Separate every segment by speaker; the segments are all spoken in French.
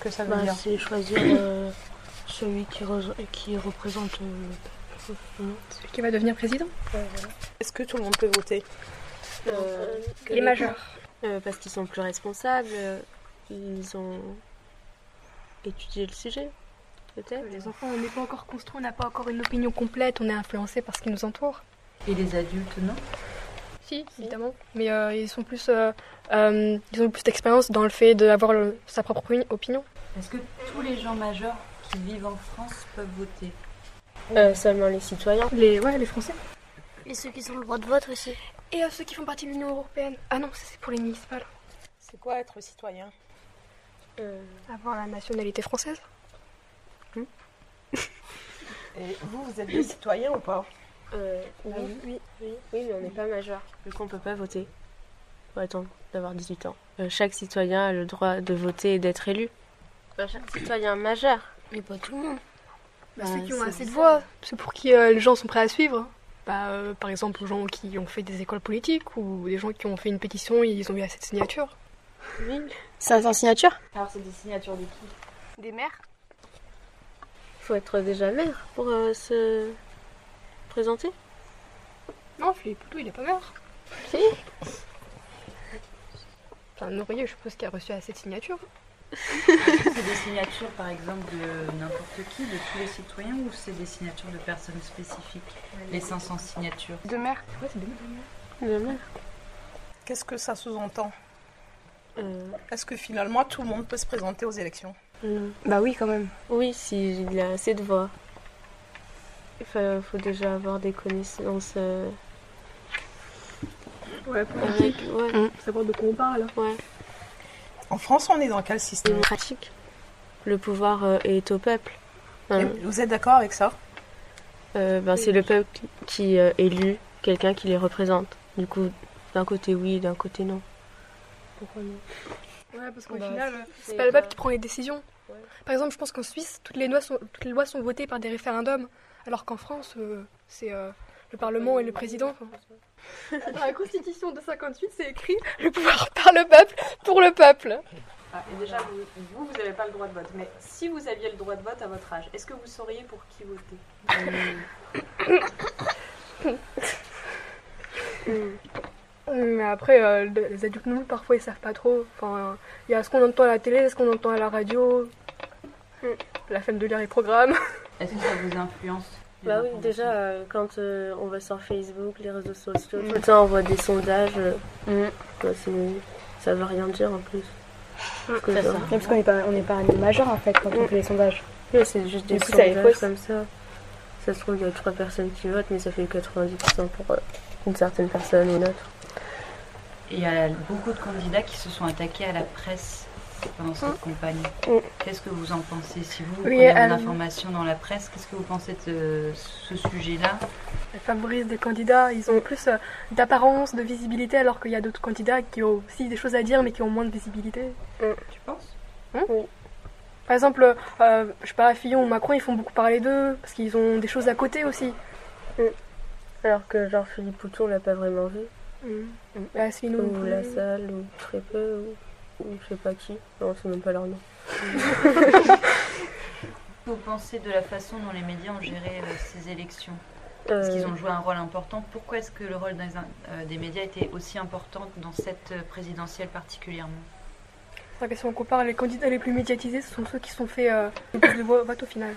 Speaker 1: que ça veut
Speaker 2: Bah,
Speaker 1: dire
Speaker 2: c'est choisir euh, celui qui, re- qui représente euh, le peuple.
Speaker 3: Celui qui va devenir président
Speaker 1: Est-ce que tout le monde peut voter
Speaker 4: Euh,
Speaker 3: Les majeurs.
Speaker 4: euh, parce qu'ils sont plus responsables, euh, ils ont étudié le sujet, peut-être.
Speaker 3: Les enfants, on n'est pas encore construits, on n'a pas encore une opinion complète, on est influencé par ce qui nous entoure.
Speaker 5: Et les adultes, non
Speaker 3: Si, évidemment. Mais euh, ils sont plus, euh, euh, ils ont plus d'expérience dans le fait d'avoir le- sa propre opi- opinion.
Speaker 5: Est-ce que tous les gens majeurs qui vivent en France peuvent voter
Speaker 4: Euh, seulement les citoyens.
Speaker 3: Les, ouais, les Français.
Speaker 2: Et ceux qui ont le droit de vote aussi.
Speaker 3: Et euh, ceux qui font partie de l'Union Européenne. Ah non, ça, c'est pour les municipales.
Speaker 1: C'est quoi être citoyen
Speaker 4: Euh,
Speaker 3: Avoir la nationalité française.
Speaker 1: Et vous, vous êtes des citoyens ou pas
Speaker 4: euh, oui, oui, oui, oui, mais on n'est pas majeur. Du coup, on peut pas voter. Faut attendre d'avoir 18 ans. Euh, chaque citoyen a le droit de voter et d'être élu. Enfin, Bah, chaque citoyen majeur.
Speaker 2: Mais pas tout le monde.
Speaker 4: Bah,
Speaker 3: Bah, ceux qui ont
Speaker 4: c'est
Speaker 3: assez de
Speaker 4: ça.
Speaker 3: voix, ceux pour qui euh, les gens sont prêts à suivre. Bah, euh, par exemple, les gens qui ont fait des écoles politiques ou des gens qui ont fait une pétition, ils ont eu assez de signatures.
Speaker 4: Oui.
Speaker 2: 500 signatures
Speaker 5: Alors c'est des signatures de qui
Speaker 2: Des maires
Speaker 4: Faut être déjà maire pour euh, se présenter.
Speaker 3: Non, Philippe Poulou, il est pas mort.
Speaker 4: Si.
Speaker 3: C'est un ouvrier, je suppose, qui a reçu assez de signatures.
Speaker 5: C'est des signatures par exemple de n'importe qui, de tous les citoyens ou c'est des signatures de personnes spécifiques Les 500 signatures
Speaker 2: De maires
Speaker 4: Le maire.
Speaker 1: Qu'est-ce que ça sous-entend
Speaker 4: Euh,
Speaker 1: Est-ce que finalement tout le monde peut se présenter aux élections
Speaker 4: non.
Speaker 2: Bah oui, quand même.
Speaker 4: Oui, s'il a assez de voix. Il fa- faut déjà avoir des connaissances. euh,
Speaker 6: Ouais,
Speaker 4: avec, ouais,
Speaker 6: savoir de quoi on parle.
Speaker 4: ouais.
Speaker 1: En France, on est dans quel système
Speaker 4: démocratique. Le pouvoir euh, est au peuple. Enfin,
Speaker 1: Et Vous êtes d'accord avec ça
Speaker 4: euh, ben, c'est le peuple qui euh, élut quelqu'un qui les représente. Du coup, d'un côté oui, d'un côté non. Pourquoi non
Speaker 3: Ouais, parce
Speaker 4: Bah,
Speaker 3: c'est pas le peuple qui prend les décisions. Par exemple, je pense qu'en Suisse, toutes les, lois sont, toutes les lois sont votées par des référendums, alors qu'en France, euh, c'est euh, le Parlement et le président. Dans la Constitution de 58, c'est écrit le pouvoir par le peuple, pour le peuple.
Speaker 7: Ah, et déjà, vous, vous, vous n'avez pas le droit de vote. Mais si vous aviez le droit de vote à votre âge, est-ce que vous sauriez pour qui voter
Speaker 5: Euh,
Speaker 3: Mais après, euh, le- les adultes non plus, parfois, ils savent pas trop. Enfin, il y a ce qu'on entend à la télé, ce qu'on entend à la radio. Hmm. La femme de lire les programmes.
Speaker 5: Est-ce que ça vous influence les
Speaker 4: Bah oui,
Speaker 5: informations
Speaker 4: déjà, euh, quand euh, on va sur Facebook, les réseaux sociaux, tout le temps on voit des sondages. euh, bah, c'est- ça veut rien dire en
Speaker 2: Mm,
Speaker 4: plus. Parce que, genre,
Speaker 2: parce qu'on n'est pas, on est pas animé majeur en fait quand on fait les sondages.
Speaker 4: oui, c'est juste des
Speaker 2: Du coup, ça est
Speaker 4: sondages
Speaker 2: fausse.
Speaker 4: comme ça. Ça se trouve, il y a trois personnes qui votent, mais ça fait 90% pour euh, une certaine personne ou une autre.
Speaker 5: Et il y a beaucoup de candidats qui se sont attaqués à la presse pendant cette campagne.
Speaker 4: Mm.
Speaker 5: Qu'est-ce que vous en pensez Si vous
Speaker 3: Oui,
Speaker 5: prenez une
Speaker 3: euh,
Speaker 5: information dans la presse, qu'est-ce que vous pensez de ce sujet-là
Speaker 3: Elles favorisent des candidats, ils ont plus euh, d'apparence, de visibilité, alors qu'il y a d'autres candidats qui ont aussi des choses à dire, mais qui ont moins de visibilité.
Speaker 5: Tu penses
Speaker 3: Par exemple, euh, je sais pas, Fillon ou Macron, ils font beaucoup parler d'eux, parce qu'ils ont des choses à côté aussi.
Speaker 4: Alors que, genre, Philippe Poutou, on l'a pas vraiment vu.
Speaker 3: Bah, Asselineau non
Speaker 4: Ou
Speaker 3: plus.
Speaker 4: La Salle, ou très peu, ou, ou je sais pas qui. Non, c'est même pas leur nom.
Speaker 5: Qu'est-ce que vous pensez de la façon dont les médias ont géré euh, ces élections Parce
Speaker 4: Euh,
Speaker 5: qu'ils ont joué un rôle important. Pourquoi est-ce que le rôle des, euh, des médias était aussi important dans cette euh, présidentielle particulièrement
Speaker 3: Enfin, que si on compare, les candidats les plus médiatisés, ce sont ceux qui sont faits euh, le plus de vo- votes au final.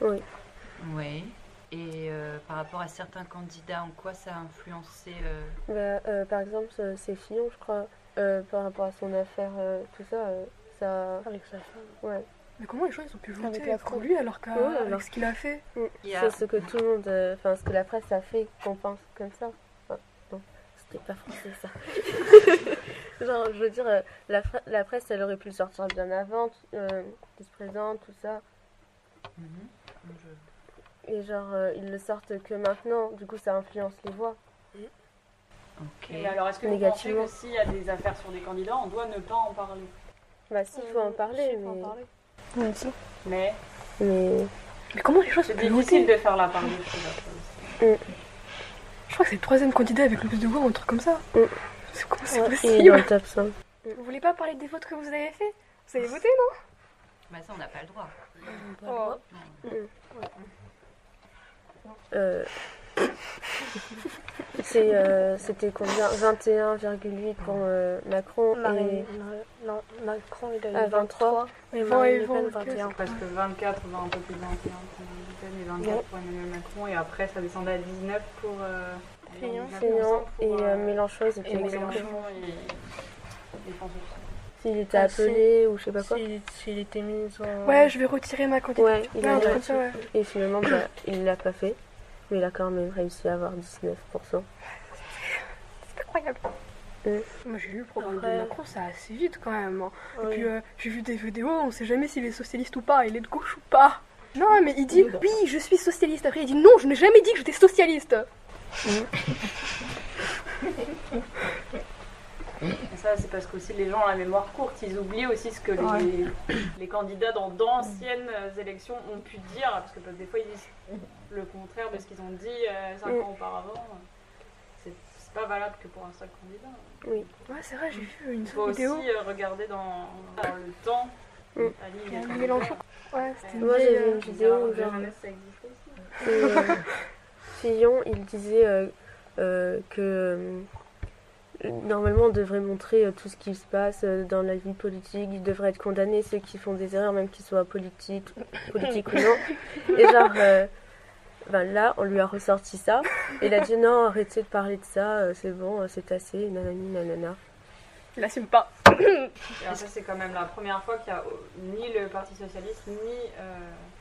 Speaker 5: Oui. Et euh, par rapport à certains candidats, en quoi ça a influencé euh,
Speaker 4: Bah, euh, par exemple, euh, c'est Fillon, je crois, euh, par rapport à son affaire, euh, tout ça, euh, ça.
Speaker 2: Avec sa femme.
Speaker 4: Ouais.
Speaker 3: Mais comment les gens, ils ont pu voter
Speaker 2: Avec la
Speaker 3: pour
Speaker 2: fraude.
Speaker 3: lui, alors qu'à
Speaker 4: Ouais,
Speaker 3: avec
Speaker 4: alors-
Speaker 3: ce qu'il a fait
Speaker 5: Il y a-
Speaker 4: C'est ce que tout le monde. euh, Enfin, ce que la presse a fait, qu'on pense comme ça. Enfin, non, c'était pas français ça. Genre, je veux dire, euh, la, fra- la presse, elle aurait pu le sortir bien avant, t- euh, qu'il se présente, tout ça.
Speaker 5: Mhm. Je-
Speaker 4: Et genre, euh, ils le sortent que maintenant, du coup, ça influence les voix.
Speaker 5: Ok.
Speaker 7: Mais alors, est-ce que vous pensez
Speaker 4: Négativement.
Speaker 7: que s'il y a des affaires sur des candidats, on doit ne pas en parler
Speaker 4: Bah, si, faut en parler, mais.
Speaker 2: Ouais, si.
Speaker 7: Mais
Speaker 4: mais...
Speaker 3: Mais comment les gens sont
Speaker 7: c'est
Speaker 3: pu
Speaker 7: difficile
Speaker 3: voter
Speaker 7: de faire la part des choses.
Speaker 3: Je crois que c'est le troisième candidat avec le plus de voix, ou un truc comme ça.
Speaker 4: Mm.
Speaker 3: C'est comment c'est
Speaker 4: Ouais, il est
Speaker 3: possible
Speaker 4: dans le top 5.
Speaker 3: Vous voulez pas parler des votes que vous avez fait Vous avez voté, non
Speaker 5: Bah ça, on n'a pas le droit.
Speaker 2: Bah,
Speaker 3: Oh.
Speaker 4: Euh, c'est, euh, C'était combien 21,8 pour euh, Macron
Speaker 2: Marine,
Speaker 4: et Ah,
Speaker 2: non, Macron, il a
Speaker 4: à
Speaker 2: eu
Speaker 4: 23.
Speaker 8: Oh.
Speaker 3: Mais
Speaker 2: Marine
Speaker 3: bon,
Speaker 2: Le Pen,
Speaker 3: ils vont-
Speaker 2: 21.
Speaker 7: Parce que 24 va un peu plus 21 pour Le Pen et 24 pour Emmanuel Macron. Et après, ça descendait à 19 pour. Euh,
Speaker 2: Fillon.
Speaker 7: 19
Speaker 4: Fillon
Speaker 7: pour,
Speaker 4: et euh,
Speaker 7: euh,
Speaker 4: Mélenchon, ils
Speaker 7: et
Speaker 4: étaient exemptés.
Speaker 7: Mélenchon et. et François.
Speaker 4: S'il était
Speaker 2: Ah,
Speaker 4: appelé ou je sais pas quoi.
Speaker 2: S'il s'il était mis en.
Speaker 3: Ouais, je vais retirer ma candidature.
Speaker 4: Ouais, il
Speaker 3: Ouais,
Speaker 4: a
Speaker 3: un
Speaker 4: été
Speaker 3: truc comme ça, ouais.
Speaker 4: Et finalement, bah, il l'a pas fait. Mais il a quand même réussi à avoir 19%.
Speaker 3: C'est incroyable.
Speaker 4: Euh.
Speaker 3: Moi j'ai lu le programme
Speaker 2: Après-
Speaker 3: de Macron, ça assez vite quand même. hein.
Speaker 2: Oui.
Speaker 3: Puis euh, j'ai vu des vidéos, on sait jamais s'il est socialiste ou pas, il est de gauche ou pas. Non, mais il dit oui, je suis socialiste. Après, il dit non, je n'ai jamais dit que j'étais socialiste.
Speaker 7: Et ça, c'est parce que aussi les gens ont la mémoire courte, ils oublient aussi ce que les, les candidats dans d'anciennes euh, élections ont pu dire, parce que bah, des fois ils disent le contraire de ce qu'ils ont dit 5
Speaker 4: Mm.
Speaker 7: ans auparavant. C'est c'est pas valable que pour un seul candidat.
Speaker 3: Ouais, c'est vrai, j'ai vu une
Speaker 7: Il faut aussi
Speaker 3: vidéo.
Speaker 7: euh, regarder dans, dans le temps.
Speaker 4: Mm.
Speaker 7: la ligne des candidats.
Speaker 3: Mélenchon. Ouais, c'était une
Speaker 4: Moi, j'ai
Speaker 3: vieille,
Speaker 4: vu
Speaker 3: euh,
Speaker 4: une vidéo où
Speaker 7: La
Speaker 4: genre,
Speaker 7: jeunesse, ça existe aussi.
Speaker 4: euh, Fillon, il disait euh, euh, que euh, normalement on devrait montrer euh, tout ce qui se passe euh, dans la vie politique, ils devraient être condamnés ceux qui font des erreurs, même qu'ils soient politiques, politiques ou non. Et genre, euh, ben là, on lui a ressorti ça. Et il a dit non, arrêtez de parler de ça, euh, c'est bon, euh, c'est assez, nanani, nanana.
Speaker 1: Il assume pas.
Speaker 7: Et après, c'est quand même la première fois qu'il n'y a euh, ni le Parti Socialiste, ni euh,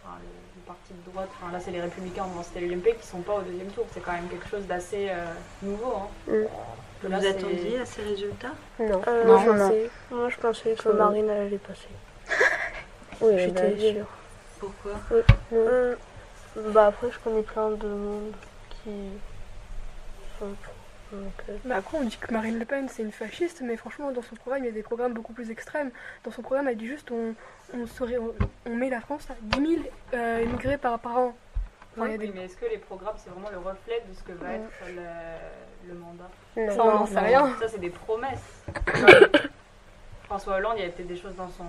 Speaker 7: enfin, le, le Parti de droite, enfin, là c'est les Républicains, avant c'était l'UMP, qui sont pas au deuxième tour. C'est quand même quelque chose d'assez euh, nouveau. hein.
Speaker 4: Mm.
Speaker 7: Que
Speaker 5: Vous
Speaker 7: là,
Speaker 5: vous
Speaker 7: c'est-
Speaker 5: attendiez à ces résultats
Speaker 4: Non,
Speaker 2: Euh,
Speaker 4: Moi,
Speaker 2: non,
Speaker 4: j'en
Speaker 2: non.
Speaker 4: sais.
Speaker 2: Moi, je pensais que
Speaker 4: Euh,
Speaker 2: Marine allait passer.
Speaker 4: Oui, bah, Mm.
Speaker 2: J'étais sûre.
Speaker 5: Pourquoi
Speaker 4: non.
Speaker 2: Euh, bah, après, je connais plein de monde qui. sont pour. Donc, euh,
Speaker 3: Macron on dit que Marine Le Pen c'est une fasciste, mais franchement dans son programme il y a des programmes beaucoup plus extrêmes. Dans son programme elle dit juste on, on, serait- on- on met la France à 10 000 euh, immigrés par, par an. Enfin, il y a des-
Speaker 7: Oui, mais est-ce que les programmes, c'est vraiment le reflet de ce que va être le, le mandat
Speaker 4: non.
Speaker 3: Mm. Ça on n'en sait rien.
Speaker 7: Ça, c'est des promesses. François Hollande, il y a peut-être des choses dans son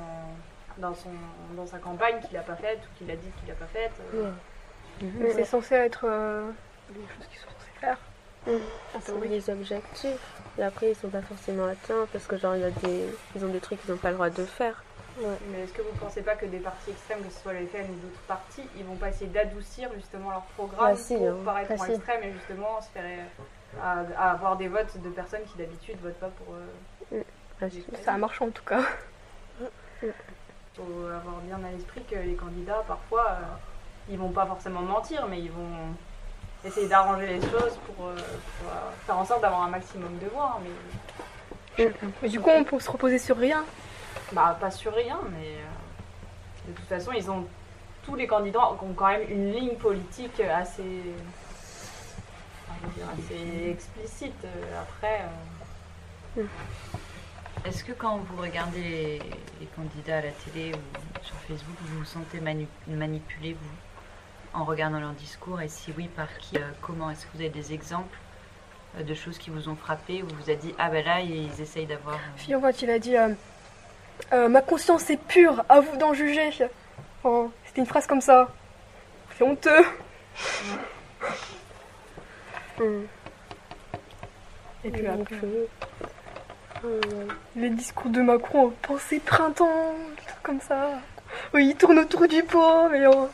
Speaker 7: dans son dans sa campagne qu'il n'a pas faites ou qu'il a dit qu'il n'a pas faites. Euh,
Speaker 4: Ouais.
Speaker 3: Mais c'est censé être euh, des choses qu'ils sont censés faire. En
Speaker 4: sont
Speaker 3: théorie.
Speaker 4: des objectifs. Et après, ils sont pas forcément atteints parce que genre il y a des, ils ont des trucs qu'ils n'ont pas le droit de faire.
Speaker 7: Mais est-ce que vous ne pensez pas que des partis extrêmes, que ce soit les FN ou d'autres partis, ils vont pas essayer d'adoucir justement leur programme
Speaker 4: Ah, si,
Speaker 7: pour
Speaker 4: hein.
Speaker 7: paraître
Speaker 4: Ah,
Speaker 7: moins
Speaker 4: si.
Speaker 7: extrêmes et justement se faire euh, à, à avoir des votes de personnes qui d'habitude votent pas pour. euh,
Speaker 4: Parce que-
Speaker 3: Ça a marché en tout cas.
Speaker 7: faut avoir bien à l'esprit que les candidats, parfois, euh, ils vont pas forcément mentir, mais ils vont essayer d'arranger les choses pour, euh, pour, euh, faire en sorte d'avoir un maximum de voix. hein, Mais
Speaker 3: Mais du coup on peut se reposer sur rien.
Speaker 7: bah, pas sur rien, mais euh, de toute façon, ils ont tous les candidats ont quand même une ligne politique assez, enfin, je veux dire, assez explicite. Euh, Après, euh,
Speaker 5: Est-ce que quand vous regardez les, les candidats à la télé ou sur Facebook, vous vous sentez manu- manipulé, vous, en regardant leur discours Et si oui, par qui euh, Comment Est-ce que vous avez des exemples euh, de choses qui vous ont frappé, où vous avez dit, ah ben là, ils essayent d'avoir... euh,
Speaker 3: Fillon quand il a dit euh, Euh, ma conscience est pure, à vous d'en juger. Enfin, C'était une phrase comme ça. C'est honteux.
Speaker 4: Mm.
Speaker 3: Et puis
Speaker 4: Donc,
Speaker 3: après,
Speaker 4: euh, euh,
Speaker 3: les discours de Macron, pensez printemps, des trucs comme ça. Oui, il tourne autour du pot, mais on-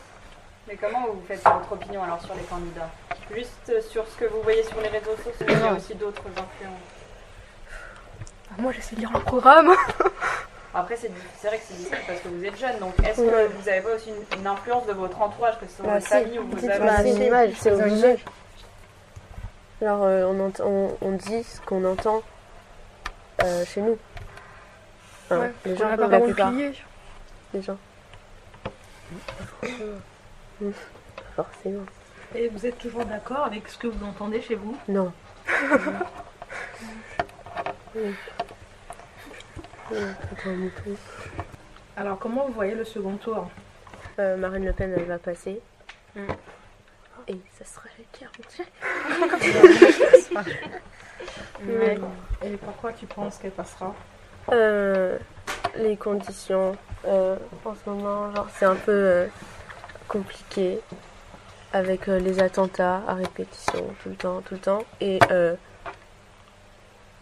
Speaker 7: mais comment vous faites votre opinion alors sur les candidats Juste sur ce que vous voyez sur les réseaux sociaux, il y a aussi d'autres influences.
Speaker 3: Ah, moi j'essaie de lire le programme.
Speaker 7: Après, c'est diffi- c'est vrai que c'est difficile parce que vous êtes jeune, donc est-ce que vous avez pas aussi une, une influence de votre entourage, que ce soit
Speaker 4: Bah,
Speaker 7: votre
Speaker 4: si.
Speaker 7: famille ou vos
Speaker 4: c'est
Speaker 7: amis
Speaker 4: pas
Speaker 2: si,
Speaker 4: une image, c'est
Speaker 2: c'est
Speaker 4: obligé. Alors euh, on, ent- on, on dit ce qu'on entend euh, chez nous. Enfin, Ah,
Speaker 3: Ouais,
Speaker 4: les
Speaker 3: parce qu'on
Speaker 4: gens,
Speaker 3: a
Speaker 4: la
Speaker 3: vraiment
Speaker 4: plupart
Speaker 3: oublié.
Speaker 4: des gens. Mm. Forcément.
Speaker 6: Et vous êtes toujours d'accord avec ce que vous entendez chez vous
Speaker 4: Non. Oui. Oui, attends, mon tour.
Speaker 1: Alors, comment vous voyez le second tour
Speaker 4: Euh, Marine Le Pen, elle va passer.
Speaker 6: Mm.
Speaker 4: Et ça sera la guerre mondiale.
Speaker 1: Mais- Et pourquoi tu penses qu'elle passera
Speaker 4: Euh, les conditions euh, en ce moment. Genre, c'est un peu euh, compliqué avec euh, les attentats à répétition tout le temps, tout le temps. Et euh,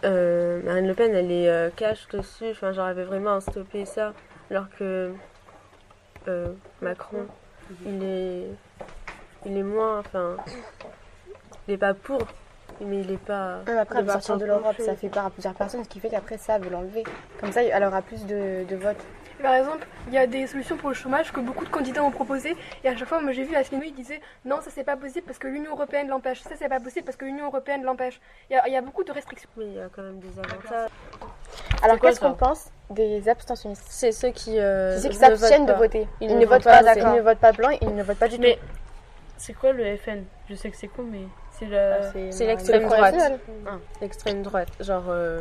Speaker 4: euh, Marine Le Pen, elle est euh, cash dessus. Enfin, genre, elle veut vraiment stopper ça. Alors que euh, Macron, il est, il est moins. Enfin, il n'est pas pour, mais il n'est pas.
Speaker 9: Même après, elle
Speaker 4: Il est
Speaker 9: veut sortir
Speaker 4: pas
Speaker 9: de l'Europe,
Speaker 4: contre.
Speaker 9: ça fait peur à plusieurs personnes, ce qui fait qu'après ça, elle veut l'enlever. Comme ça, elle aura plus de, de votes.
Speaker 3: Et Par exemple, il y a des solutions pour le chômage que beaucoup de candidats ont proposées. Et à chaque fois, moi j'ai vu Asselineau, il disait non, ça c'est pas possible parce que l'Union Européenne l'empêche. Ça c'est pas possible parce que l'Union Européenne l'empêche. Il y, a- il y a beaucoup de restrictions.
Speaker 4: Mais il y a quand même des avantages.
Speaker 9: Alors,
Speaker 4: quoi,
Speaker 9: qu'est-ce qu'on
Speaker 4: ça
Speaker 9: pense des abstentionnistes
Speaker 4: C'est ceux qui. euh,
Speaker 9: C'est ceux qui
Speaker 4: ne votent
Speaker 9: s'abstiennent de
Speaker 4: pas.
Speaker 9: voter.
Speaker 4: Ils ne
Speaker 9: Ils, ne
Speaker 4: votent
Speaker 9: votent
Speaker 4: pas
Speaker 9: pas,
Speaker 4: d'accord.
Speaker 9: ils ne votent pas blanc, ils ne votent pas du tout.
Speaker 10: Mais c'est quoi le FN Je sais que c'est con, mais c'est
Speaker 4: Ah,
Speaker 10: le.
Speaker 4: C'est l'extrême droite. Ah, L'extrême droite. Genre. euh,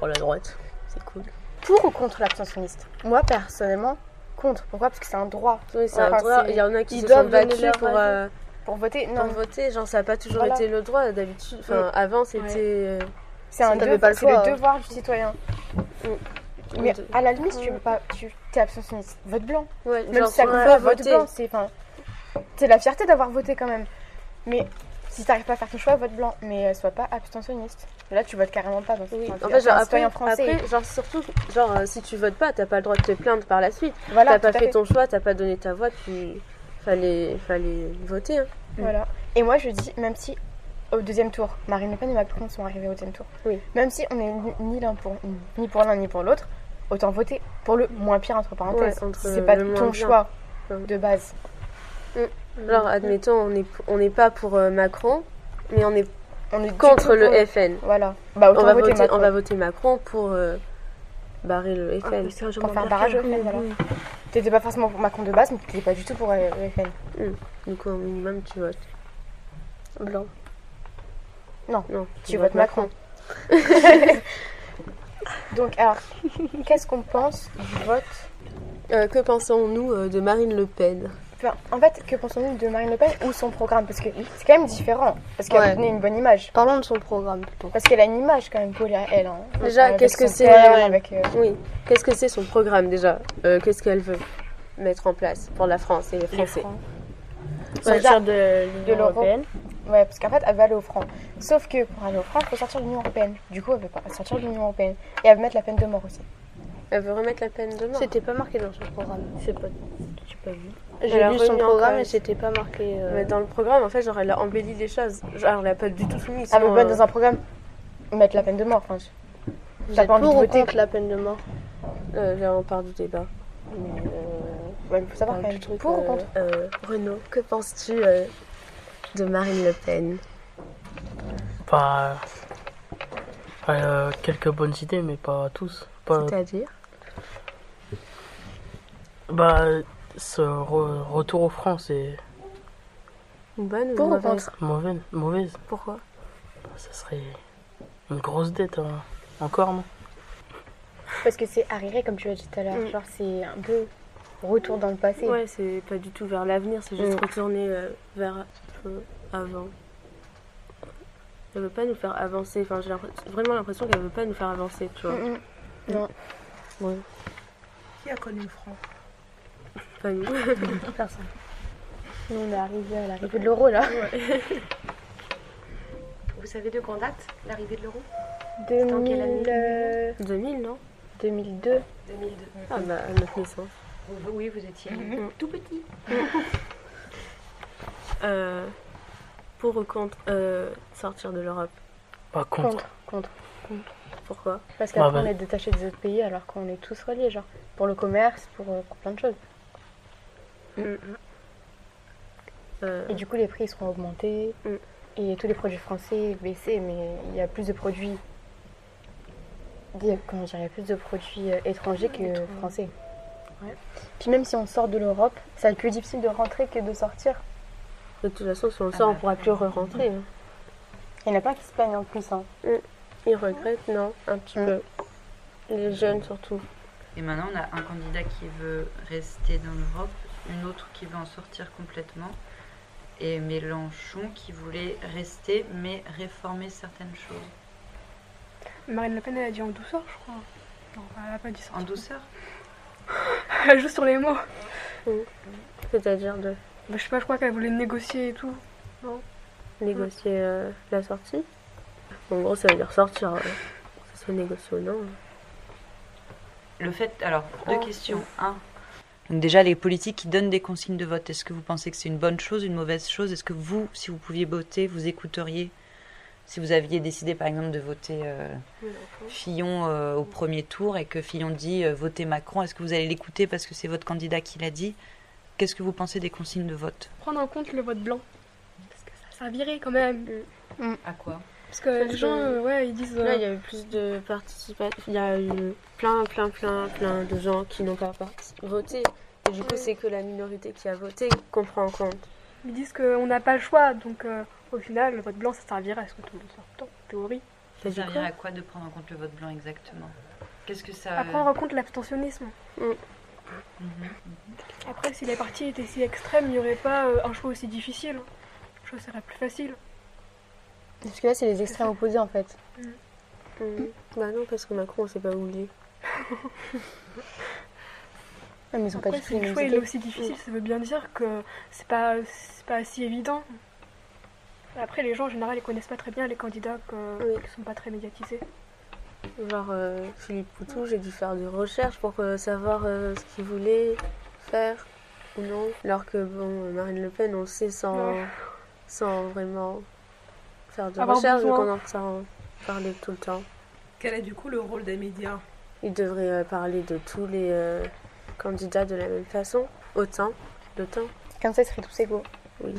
Speaker 4: Oh, la droite. C'est cool.
Speaker 9: Pour ou contre l'abstentionniste Moi, personnellement, contre. Pourquoi Parce que c'est un droit.
Speaker 4: Oui, c'est
Speaker 9: Ouais,
Speaker 4: un
Speaker 9: enfin,
Speaker 4: droit.
Speaker 9: c'est-
Speaker 4: Il y en a qui
Speaker 9: ils
Speaker 4: se sont
Speaker 9: doivent donner
Speaker 4: battus
Speaker 9: leur
Speaker 4: pour,
Speaker 9: avis.
Speaker 4: euh,
Speaker 9: Pour voter,
Speaker 4: pour
Speaker 9: non.
Speaker 4: voter. Genre, ça n'a pas toujours
Speaker 9: Voilà.
Speaker 4: été le droit d'habitude. Enfin, avant, c'était. euh,
Speaker 9: C'est un
Speaker 4: t'avais
Speaker 9: devoir-
Speaker 4: pas le
Speaker 9: c'est le
Speaker 4: choix.
Speaker 9: devoir du citoyen.
Speaker 4: euh,
Speaker 9: Mais
Speaker 4: de-
Speaker 9: à la limite, si tu veux pas, tu es abstentionniste, vote blanc.
Speaker 4: ouais,
Speaker 9: Même
Speaker 4: genre,
Speaker 9: si ça
Speaker 4: faut
Speaker 9: compte
Speaker 4: pas
Speaker 9: pas, vote
Speaker 4: voter.
Speaker 9: blanc. C'est enfin, c'est la fierté d'avoir voté quand même. Mais si t'arrives pas à faire ton choix, vote blanc. Mais euh, sois pas abstentionniste. Là, tu votes carrément pas. Donc,
Speaker 4: Oui.
Speaker 9: enfin,
Speaker 4: En
Speaker 9: tu
Speaker 4: fait,
Speaker 9: es
Speaker 4: genre,
Speaker 9: un
Speaker 4: après,
Speaker 9: citoyen français.
Speaker 4: après, genre, surtout, genre, euh, si tu votes pas, t'as pas le droit de te plaindre par la suite. t'as
Speaker 9: voilà,
Speaker 4: pas
Speaker 9: tout à
Speaker 4: fait, ton choix, t'as pas donné ta voix, puis fallait, fallait voter. hein.
Speaker 9: Mm. Voilà. Et moi, je dis, même si au deuxième tour, Marine Le Pen et Macron sont arrivés au deuxième tour,
Speaker 4: Oui.
Speaker 9: même si on est ni, ni l'un pour ni pour l'un ni pour l'autre, autant voter pour le moins pire entre parenthèses.
Speaker 4: Ouais, entre
Speaker 9: Si c'est pas
Speaker 4: le moins
Speaker 9: ton
Speaker 4: bien.
Speaker 9: choix
Speaker 4: Ouais.
Speaker 9: de base. Mm.
Speaker 4: Genre, admettons, on n'est on n'est pas pour euh, Macron, mais on est
Speaker 9: On est du
Speaker 4: contre
Speaker 9: tout
Speaker 4: le
Speaker 9: pour-
Speaker 4: FN.
Speaker 9: Voilà. Bah autant
Speaker 4: On va,
Speaker 9: voter,
Speaker 4: voter,
Speaker 9: Macron. Ah,
Speaker 4: on va voter Macron pour euh, barrer le FN.
Speaker 9: Pour faire barrage au FN, voilà. T'étais pas forcément pour Macron de base, mais t'étais pas du tout pour euh, le FN.
Speaker 4: Donc, au minimum, tu votes blanc.
Speaker 9: Non,
Speaker 4: non
Speaker 9: tu votes Macron. Donc, alors, qu'est-ce qu'on pense du vote
Speaker 4: Euh, que pensons-nous euh, de Marine Le Pen
Speaker 9: Enfin, En fait, que pensons-nous de Marine Le Pen ou son programme Parce que c'est quand même différent. Parce qu'elle a
Speaker 4: Ouais.
Speaker 9: donné une bonne image.
Speaker 4: Parlons de son programme plutôt.
Speaker 9: Parce qu'elle a une image quand même collée à elle. hein.
Speaker 4: Déjà,
Speaker 9: Avec
Speaker 4: qu'est-ce que
Speaker 9: son
Speaker 4: c'est,
Speaker 9: père,
Speaker 4: ouais.
Speaker 9: avec, euh,
Speaker 4: Oui. Qu'est-ce que c'est son programme déjà Euh, Qu'est-ce qu'elle veut mettre en place pour la France et les Français
Speaker 10: Sortir de l'Union
Speaker 9: l'Europe.
Speaker 10: Européenne.
Speaker 9: Ouais, parce qu'en fait, elle veut aller au franc. Sauf que pour aller au franc, il faut sortir de l'Union Européenne. Du coup, elle veut pas sortir de l'Union Européenne. Et elle veut mettre la peine de mort aussi.
Speaker 4: Elle veut remettre la peine de mort.
Speaker 10: C'était pas marqué dans son programme. C'est pas. J'ai pas vu.
Speaker 4: Elle
Speaker 10: J'ai
Speaker 4: a
Speaker 10: lu son
Speaker 4: remis en
Speaker 10: programme et
Speaker 4: place.
Speaker 10: c'était pas marqué. euh,
Speaker 4: Mais dans le programme, en fait, genre, elle a embelli les choses. Genre, elle n'a pas du tout soumis.
Speaker 9: Elle veut
Speaker 4: sinon,
Speaker 9: pas
Speaker 4: euh,
Speaker 9: être Ah, dans un programme mettre la peine de mort. Enfin, je-
Speaker 10: Vous
Speaker 9: T'as
Speaker 10: êtes
Speaker 9: pas envie
Speaker 10: pour
Speaker 9: de
Speaker 10: ou
Speaker 9: voter
Speaker 10: contre la peine de mort
Speaker 4: euh, là, on part du débat. Euh,
Speaker 9: ouais, il faut savoir quand même. euh, Pour ou contre
Speaker 4: Renaud, que penses-tu euh, de Marine Le Pen
Speaker 2: Pas. Elle a quelques bonnes idées, mais pas tous. Pas-
Speaker 4: C'est-à-dire
Speaker 2: Bah, ce re- retour aux francs, c'est
Speaker 4: Une bonne ou
Speaker 9: Pour
Speaker 4: une
Speaker 9: ou
Speaker 4: mauvaise
Speaker 2: mauvais, mauvaise.
Speaker 4: Pourquoi
Speaker 2: Ça serait une grosse dette, hein. encore, non
Speaker 9: Parce que c'est arriéré, comme tu l'as dit tout à l'heure. Genre, c'est un peu retour dans le passé.
Speaker 4: Ouais, c'est pas du tout vers l'avenir, c'est
Speaker 9: Mm.
Speaker 4: juste retourner euh, vers euh, avant. Elle veut pas nous faire avancer. Enfin, j'ai l'impr- vraiment l'impression qu'elle veut pas nous faire avancer, tu vois.
Speaker 9: Mm, mm.
Speaker 6: Qui a connu le franc
Speaker 4: Pas nous.
Speaker 9: Nous, on est arrivé à l'arrivée de l'euro là.
Speaker 11: Vous savez de quand date l'arrivée de l'euro en quelle année
Speaker 9: 2000, euh,
Speaker 4: 2000, non
Speaker 9: 2002.
Speaker 11: 2002.
Speaker 4: Ah, bah, à notre naissance.
Speaker 11: Vous- Oui, vous étiez
Speaker 9: Mm.
Speaker 11: tout petit.
Speaker 4: Euh, pour ou contre euh, sortir de l'Europe
Speaker 2: Pas contre.
Speaker 9: Contre.
Speaker 4: Pourquoi
Speaker 9: Parce
Speaker 2: Bah,
Speaker 9: qu'après,
Speaker 2: bah.
Speaker 9: on est détaché des autres pays alors qu'on est tous reliés, genre pour le commerce, pour, euh, pour plein de choses.
Speaker 4: Euh,
Speaker 9: Et du coup, les prix ils seront augmentés.
Speaker 4: Mm.
Speaker 9: Et tous les produits français baissés, mais il y a plus de produits. il y a- Comment dire, il y a plus de produits euh, étrangers que français. Puis même si on sort de l'Europe, ça va être plus difficile de rentrer que de sortir.
Speaker 4: De toute façon, si on sort, on pourra plus re-rentrer. hein.
Speaker 9: Il y en a plein qui se plaignent en plus. hein.
Speaker 4: Ils regrettent, non Un petit peu. Les jeunes, surtout.
Speaker 5: Et maintenant, on a un candidat qui veut rester dans l'Europe, une autre qui veut en sortir complètement, et Mélenchon qui voulait rester mais réformer certaines choses.
Speaker 3: Marine Le Pen, elle a dit en douceur, je crois. elle a pas dû sortir.
Speaker 5: En douceur
Speaker 3: Elle joue sur les mots.
Speaker 4: C'est-à-dire de
Speaker 3: Bah, je sais pas, je crois qu'elle voulait négocier et tout. Non
Speaker 4: négocier euh, la sortie. En gros, ça veut dire sortir, euh, que ce soit négocié ou non. hein.
Speaker 5: Le fait, alors, deux questions. Un, donc déjà, les politiques qui donnent des consignes de vote, est-ce que vous pensez que c'est une bonne chose, une mauvaise chose Est-ce que vous, si vous pouviez voter, vous écouteriez Si vous aviez décidé, par exemple, de voter euh, Fillon euh, au premier tour et que Fillon dit euh, votez Macron, est-ce que vous allez l'écouter parce que c'est votre candidat qui l'a dit Qu'est-ce que vous pensez des consignes de vote
Speaker 3: Prendre en compte le vote blanc. Parce que ça servirait quand même.
Speaker 5: À quoi
Speaker 3: Parce que les gens, euh, ouais, ils disent.
Speaker 4: Là,
Speaker 3: euh,
Speaker 4: il y a eu plus de participants. Il y a eu plein, plein, plein, plein de gens qui n'ont pas parti- voté. Et du coup, c'est que la minorité qui a voté qu'on prend en compte.
Speaker 3: Ils disent qu'on n'a pas le choix, donc euh, au final, le vote blanc, ça servirait à ce que tout le monde soit content, en théorie.
Speaker 5: Ça servirait à quoi de prendre en compte le vote blanc exactement Qu'est-ce que
Speaker 4: Euh.
Speaker 5: ça.
Speaker 3: À prendre en compte l'abstentionnisme.
Speaker 4: Mm.
Speaker 3: Mm-hmm.
Speaker 5: Mhm.
Speaker 3: Après, si les partis étaient si extrêmes, il n'y aurait pas euh, un choix aussi difficile. Le choix serait plus facile.
Speaker 9: Parce que là, c'est les extrêmes opposés en fait.
Speaker 4: Mm. Bah non, parce que Macron, on sait pas où il est.
Speaker 9: Ah, mais ils ont pas
Speaker 3: Après,
Speaker 9: du tout
Speaker 3: si
Speaker 9: les
Speaker 3: le
Speaker 9: mêmes
Speaker 3: choix il est
Speaker 9: idées.
Speaker 4: Mm.
Speaker 3: aussi difficile, ça veut bien dire que c'est pas, c'est pas si évident. Après, les gens en général, ils connaissent pas très bien les candidats que- qui sont pas très médiatisés.
Speaker 4: Genre, euh, Philippe Poutou, j'ai dû faire des recherches pour euh, savoir euh, ce qu'il voulait faire ou non. Alors que, bon, Marine Le Pen, on le sait sans,
Speaker 3: Ouais.
Speaker 4: sans vraiment faire de
Speaker 6: Avoir
Speaker 4: recherches, donc
Speaker 6: besoin.
Speaker 4: on entend parler tout le temps.
Speaker 6: Quel est du coup le rôle des médias
Speaker 4: Il devrait euh, parler de tous les euh, candidats de la même façon, autant de temps.
Speaker 9: Comme ça, ils seraient tous égaux.
Speaker 4: Oui.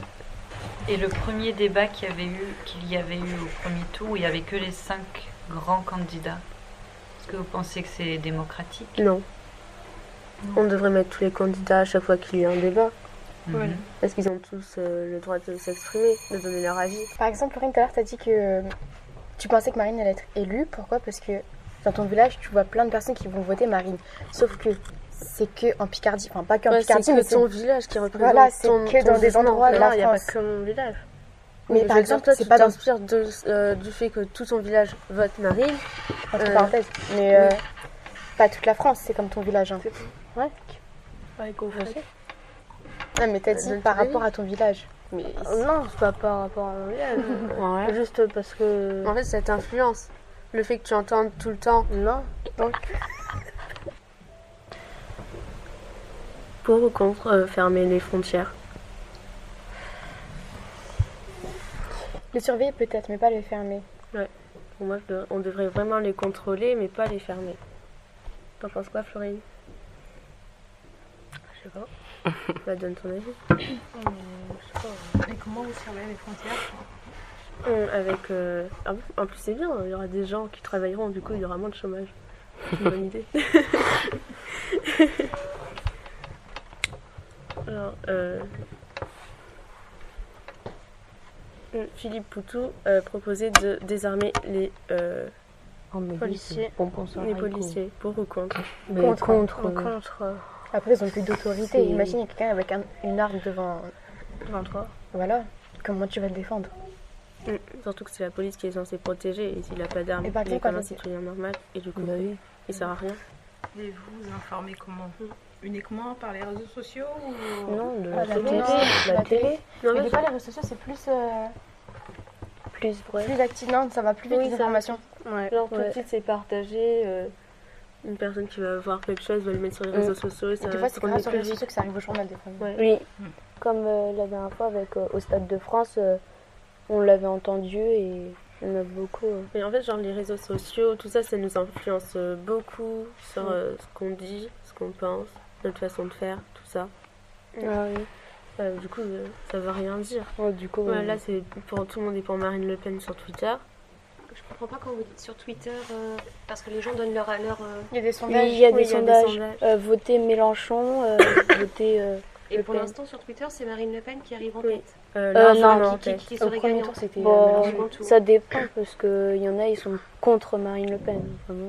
Speaker 5: Et le premier débat qu'il y avait eu, qu'il y avait eu au premier tour, où il n'y avait que les cinq grands candidats, est-ce que vous pensez que c'est démocratique
Speaker 4: Non. On devrait mettre tous les candidats à chaque fois qu'il y a un débat.
Speaker 5: Voilà.
Speaker 4: Parce qu'ils ont tous euh, le droit de s'exprimer, de donner leur avis.
Speaker 9: Par exemple, Laurine, tout à l'heure, t'as dit que euh, tu pensais que Marine allait être élue. Pourquoi Parce que dans ton village, tu vois plein de personnes qui vont voter Marine. Sauf que c'est que en Picardie. Enfin, pas que en
Speaker 4: Ouais,
Speaker 9: Picardie,
Speaker 4: c'est
Speaker 9: mais
Speaker 4: que
Speaker 9: c'est-
Speaker 4: ton village qui représente
Speaker 9: Voilà, c'est
Speaker 4: ton-
Speaker 9: que
Speaker 4: ton
Speaker 9: dans des
Speaker 4: jugement.
Speaker 9: endroits de
Speaker 4: Non,
Speaker 9: la
Speaker 4: il y a pas
Speaker 9: France.
Speaker 4: que mon village. je
Speaker 9: Mais par
Speaker 4: veux dire,
Speaker 9: exemple,
Speaker 4: toi,
Speaker 9: c'est
Speaker 4: tu
Speaker 9: pas dans-
Speaker 4: t'inspires de- euh, du fait que tout ton village vote Marine.
Speaker 9: Entre
Speaker 4: Euh,
Speaker 9: parenthèses. Mais euh, pas toute la France, c'est comme ton village. hein. Ouais. Non, mais t'as dit
Speaker 4: Notre
Speaker 9: par
Speaker 4: pays.
Speaker 9: rapport à ton village. Ah, Mais
Speaker 4: Non, c'est pas par rapport à mon village.
Speaker 9: Ouais.
Speaker 4: Juste parce que. En fait, ça t'influence. Le fait que tu entends tout le temps. Non. Donc. Pour ou contre euh, fermer les frontières
Speaker 9: le surveiller peut-être, mais pas le fermer.
Speaker 4: Ouais. Pour moi, je devrais- on devrait vraiment les contrôler, mais pas les fermer. T'en penses quoi, Florine Je sais pas. Bah, donne ton avis.
Speaker 6: Mais comment vous surveillez les frontières
Speaker 4: On- avec, euh, en plus- En plus, c'est bien, hein. il y aura des gens qui travailleront, du coup, il y aura moins de chômage. C'est une bonne idée. Alors, euh, Philippe Poutou euh, proposait de désarmer les euh, policiers. les policiers, pour ou contre
Speaker 9: Mais Contre. hein. contre.
Speaker 4: Contre, euh,
Speaker 9: Après, ils ont plus
Speaker 4: C'est-
Speaker 9: d'autorité. Imagine il y a quelqu'un avec un- une arme devant.
Speaker 4: devant toi.
Speaker 9: Voilà. Comment tu vas te défendre
Speaker 4: Mm. Surtout que c'est la police qui est censée protéger et s'il n'a pas d'arme,
Speaker 9: Et par
Speaker 4: il est
Speaker 9: contre,
Speaker 4: comme un
Speaker 9: quand c'est-
Speaker 4: citoyen normal et du coup,
Speaker 9: Bah oui.
Speaker 4: il sert à rien. Mm.
Speaker 6: Et vous vous informez comment Uniquement par les réseaux sociaux ou...
Speaker 4: Non, de
Speaker 9: Ah, la télé, la, télé.
Speaker 4: Non,
Speaker 9: mais
Speaker 4: mais
Speaker 9: des
Speaker 4: je-
Speaker 9: fois, les réseaux sociaux, c'est plus. euh,
Speaker 4: Plus bref.
Speaker 9: plus actif. Non, ça va plus vite,
Speaker 4: Oui,
Speaker 9: les
Speaker 4: ça va
Speaker 9: informations.
Speaker 4: Ouais. Genre,
Speaker 9: Ouais.
Speaker 4: petite, c'est partagé. euh, une personne qui va voir quelque chose va le mettre sur les réseaux sociaux et ça
Speaker 9: Mm. Et des
Speaker 4: va
Speaker 9: fois, c'est
Speaker 4: se
Speaker 9: grâce
Speaker 4: promener
Speaker 9: sur les
Speaker 4: euh, plus
Speaker 9: réseaux
Speaker 4: vite.
Speaker 9: sociaux que ça arrive au journal, des fois.
Speaker 8: Oui, comme euh, la dernière fois avec euh, au Stade de France, euh, on l'avait entendu et on a beaucoup. euh,
Speaker 4: Mais en fait, genre, les réseaux sociaux, tout ça, ça nous influence euh, beaucoup sur
Speaker 8: Oui.
Speaker 4: euh, ce qu'on dit, ce qu'on pense, notre façon de faire, tout ça.
Speaker 8: Ah oui.
Speaker 4: Euh, du coup, euh, ça veut rien dire.
Speaker 8: Ouais, du
Speaker 9: Mm.
Speaker 8: coup,
Speaker 4: Ouais,
Speaker 8: euh,
Speaker 4: là, c'est pour tout le monde et pour Marine Le Pen sur Twitter.
Speaker 11: Je comprends pas quand vous dites sur Twitter, euh, parce que les gens donnent leur. leur euh,
Speaker 9: Il y a des
Speaker 8: oui, il y a des sondages. euh, votez Mélenchon, euh, votez euh,
Speaker 11: Et
Speaker 8: Le
Speaker 11: pour
Speaker 8: Pen.
Speaker 11: l'instant, sur Twitter, c'est Marine Le Pen qui arrive en tête.
Speaker 4: Euh,
Speaker 8: Euh,
Speaker 11: largement
Speaker 8: non,
Speaker 11: en tête. Qui- qui serait gagnant
Speaker 8: Bon,
Speaker 11: Mélenchon. Second tour.
Speaker 8: ça dépend parce que il y en a ils sont contre Marine Le Pen. vraiment.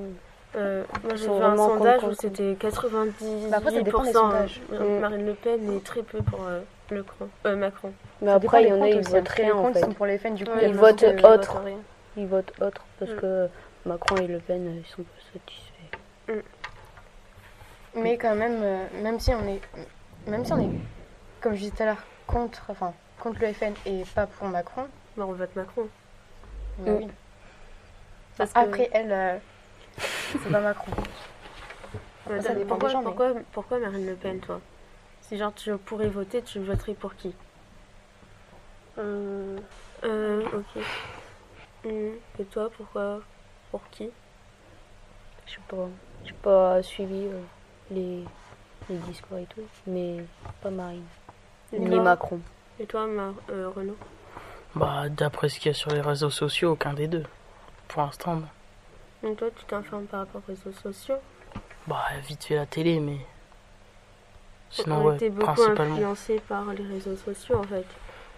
Speaker 4: Euh, moi,
Speaker 8: Ils
Speaker 4: j'ai
Speaker 8: sont
Speaker 4: vu un
Speaker 8: vraiment
Speaker 4: sondage
Speaker 8: contre,
Speaker 4: où c'était 90%.
Speaker 9: Bah après, ça dépend des sondages.
Speaker 4: euh,
Speaker 9: Mm.
Speaker 4: Marine Le Pen et très peu pour euh, le cran- euh, Macron.
Speaker 8: Mais après il y en a ils votent rien en fait.
Speaker 9: Ils sont pour les fans, du coup.
Speaker 8: Ils
Speaker 9: les
Speaker 8: votent
Speaker 9: gens, euh,
Speaker 8: autre.
Speaker 9: rien.
Speaker 8: Ils votent autre parce
Speaker 9: Mm.
Speaker 8: euh, que Macron et Le Pen ils sont pas satisfaits.
Speaker 9: Mais quand même, euh, même si on est, même si on est, comme je disais tout à l'heure, contre, enfin, contre le FN et pas pour Macron.
Speaker 4: Bah, on vote Macron.
Speaker 8: Mm.
Speaker 9: Bah oui.
Speaker 4: Parce que-
Speaker 9: Après, elle, euh, c'est pas Macron.
Speaker 4: Madame,
Speaker 9: ça dépend
Speaker 4: pourquoi,
Speaker 9: des gens, mais-
Speaker 4: pourquoi, pourquoi Marine Le Pen, toi Si genre tu pourrais voter, tu voterais pour qui Euh. euh, ok. Hmm, Et toi, pourquoi Pour qui
Speaker 8: Je sais pas. J'ai pas suivi euh, les, les discours et tout, mais pas Marine.
Speaker 4: Et
Speaker 8: Ni
Speaker 4: toi
Speaker 8: Macron.
Speaker 4: Et toi, Mar- euh, Renaud
Speaker 2: Bah, d'après ce qu'il y a sur les réseaux sociaux, aucun des deux. Pour l'instant, non.
Speaker 4: Donc toi, tu t'informes par rapport aux réseaux sociaux
Speaker 2: Bah, vite fait la télé, mais. Sinon,
Speaker 4: On
Speaker 2: ouais,
Speaker 4: était beaucoup
Speaker 2: principalement.
Speaker 4: influencés par les réseaux sociaux, en fait.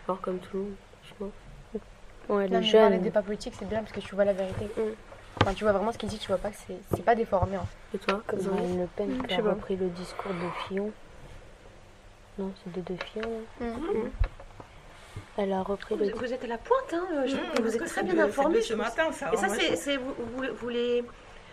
Speaker 4: Alors, comme tout le monde, je pense.
Speaker 8: Ouais,
Speaker 9: Non,
Speaker 8: les
Speaker 9: mais parler
Speaker 8: jeunes.
Speaker 9: des débats politiques, c'est bien parce que tu vois la vérité. Enfin, tu vois vraiment ce qu'il dit, tu vois pas que c'est, c'est pas déformé. En fait.
Speaker 4: Et toi
Speaker 8: Comme Marine Le Pen qui a
Speaker 9: pas.
Speaker 8: repris le discours de Fillon. Non, c'est de, de Fillon. non
Speaker 9: Mm.
Speaker 4: Mhm.
Speaker 8: Elle a repris le
Speaker 11: Vous, vous êtes à la pointe, hein, euh, je
Speaker 6: Mmh,
Speaker 11: trouve que vous
Speaker 6: parce
Speaker 11: êtes
Speaker 6: que
Speaker 11: très
Speaker 6: c'est
Speaker 11: bien
Speaker 6: de-
Speaker 11: informés.
Speaker 6: c'est de ce
Speaker 11: je trouve.
Speaker 6: matin, ça,
Speaker 11: Et
Speaker 6: hein,
Speaker 11: ça,
Speaker 6: moi,
Speaker 11: c'est,
Speaker 6: je-
Speaker 11: c'est- vous, vous, vous les.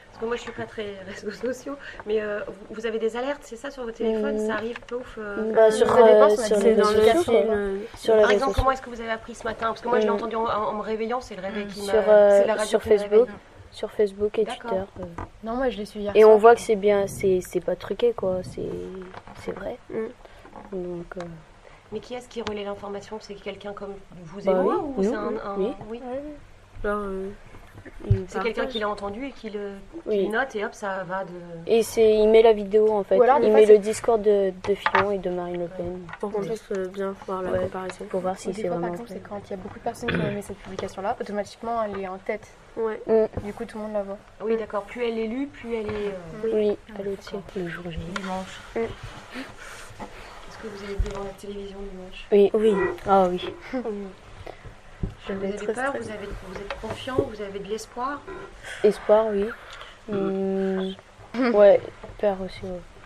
Speaker 11: Parce que moi, je suis pas très réseaux sociaux, mais euh, vous, vous avez des alertes, c'est ça, sur vos téléphones
Speaker 8: Mmh.
Speaker 11: Ça arrive de ouf euh,
Speaker 8: Bah, sur,
Speaker 11: ça dépend,
Speaker 8: euh,
Speaker 11: ça
Speaker 8: sur
Speaker 11: dit-
Speaker 8: les
Speaker 11: dans
Speaker 8: réseaux sociaux,
Speaker 11: café,
Speaker 8: quoi.
Speaker 11: le-
Speaker 8: Sur les
Speaker 11: Par
Speaker 8: réseaux
Speaker 11: exemple, comment
Speaker 8: sociaux.
Speaker 11: est-ce que vous avez appris ce matin Parce que moi, je l'ai
Speaker 8: Mmh.
Speaker 11: entendu en, en- en me réveillant, c'est le réveil qui m'a.
Speaker 8: sur,
Speaker 11: c'est
Speaker 8: euh,
Speaker 11: la radio
Speaker 8: sur
Speaker 11: qui me
Speaker 8: Facebook,
Speaker 11: réveille.
Speaker 8: sur Facebook et
Speaker 11: D'accord.
Speaker 8: Twitter. euh.
Speaker 9: Non, moi je l'ai su hier.
Speaker 8: Et on
Speaker 9: soir.
Speaker 8: voit que c'est bien, c'est c'est pas truqué quoi, c'est c'est vrai. Donc euh,
Speaker 11: Mais qui est-ce qui relaie l'information C'est quelqu'un comme vous et
Speaker 8: Bah
Speaker 11: moi
Speaker 8: oui,
Speaker 11: ou
Speaker 8: nous,
Speaker 11: c'est un,
Speaker 8: oui,
Speaker 11: un-
Speaker 8: oui.
Speaker 4: Genre, euh,
Speaker 11: C'est quelqu'un qui l'a entendu et qui le qui
Speaker 8: Oui.
Speaker 11: le note et hop, ça va de.
Speaker 8: et c'est il met la vidéo en fait,
Speaker 11: Ou alors, des
Speaker 8: il
Speaker 11: fois,
Speaker 8: met
Speaker 11: c'est-
Speaker 8: le discours de, de Fillon et de Marine Le Pen.
Speaker 4: Pour qu'on puisse euh, bien voir la
Speaker 8: Ouais,
Speaker 4: comparaison.
Speaker 8: pour voir
Speaker 9: Ou
Speaker 8: si
Speaker 9: des
Speaker 8: c'est
Speaker 9: fois, par
Speaker 8: vraiment
Speaker 9: exemple,
Speaker 8: vrai.
Speaker 9: c'est quand il y a beaucoup de personnes qui ont aimé cette publication-là, automatiquement elle est en tête.
Speaker 4: Ouais.
Speaker 9: Du coup, tout le monde la voit.
Speaker 11: Oui, d'accord. Plus elle est lue, plus elle est.
Speaker 6: Mmh.
Speaker 11: euh,
Speaker 8: Oui, allez tiens, le jour J.
Speaker 11: Dimanche. Est-ce que vous allez devant la télévision dimanche
Speaker 8: Oui, oui, ah oui.
Speaker 11: Vous
Speaker 8: vais
Speaker 11: avez
Speaker 8: être
Speaker 11: peur
Speaker 8: stressée.
Speaker 11: vous, avez, vous êtes confiant Vous avez de l'espoir
Speaker 8: Espoir, oui. Hmm, Ouais, peur Mm. aussi. ouais.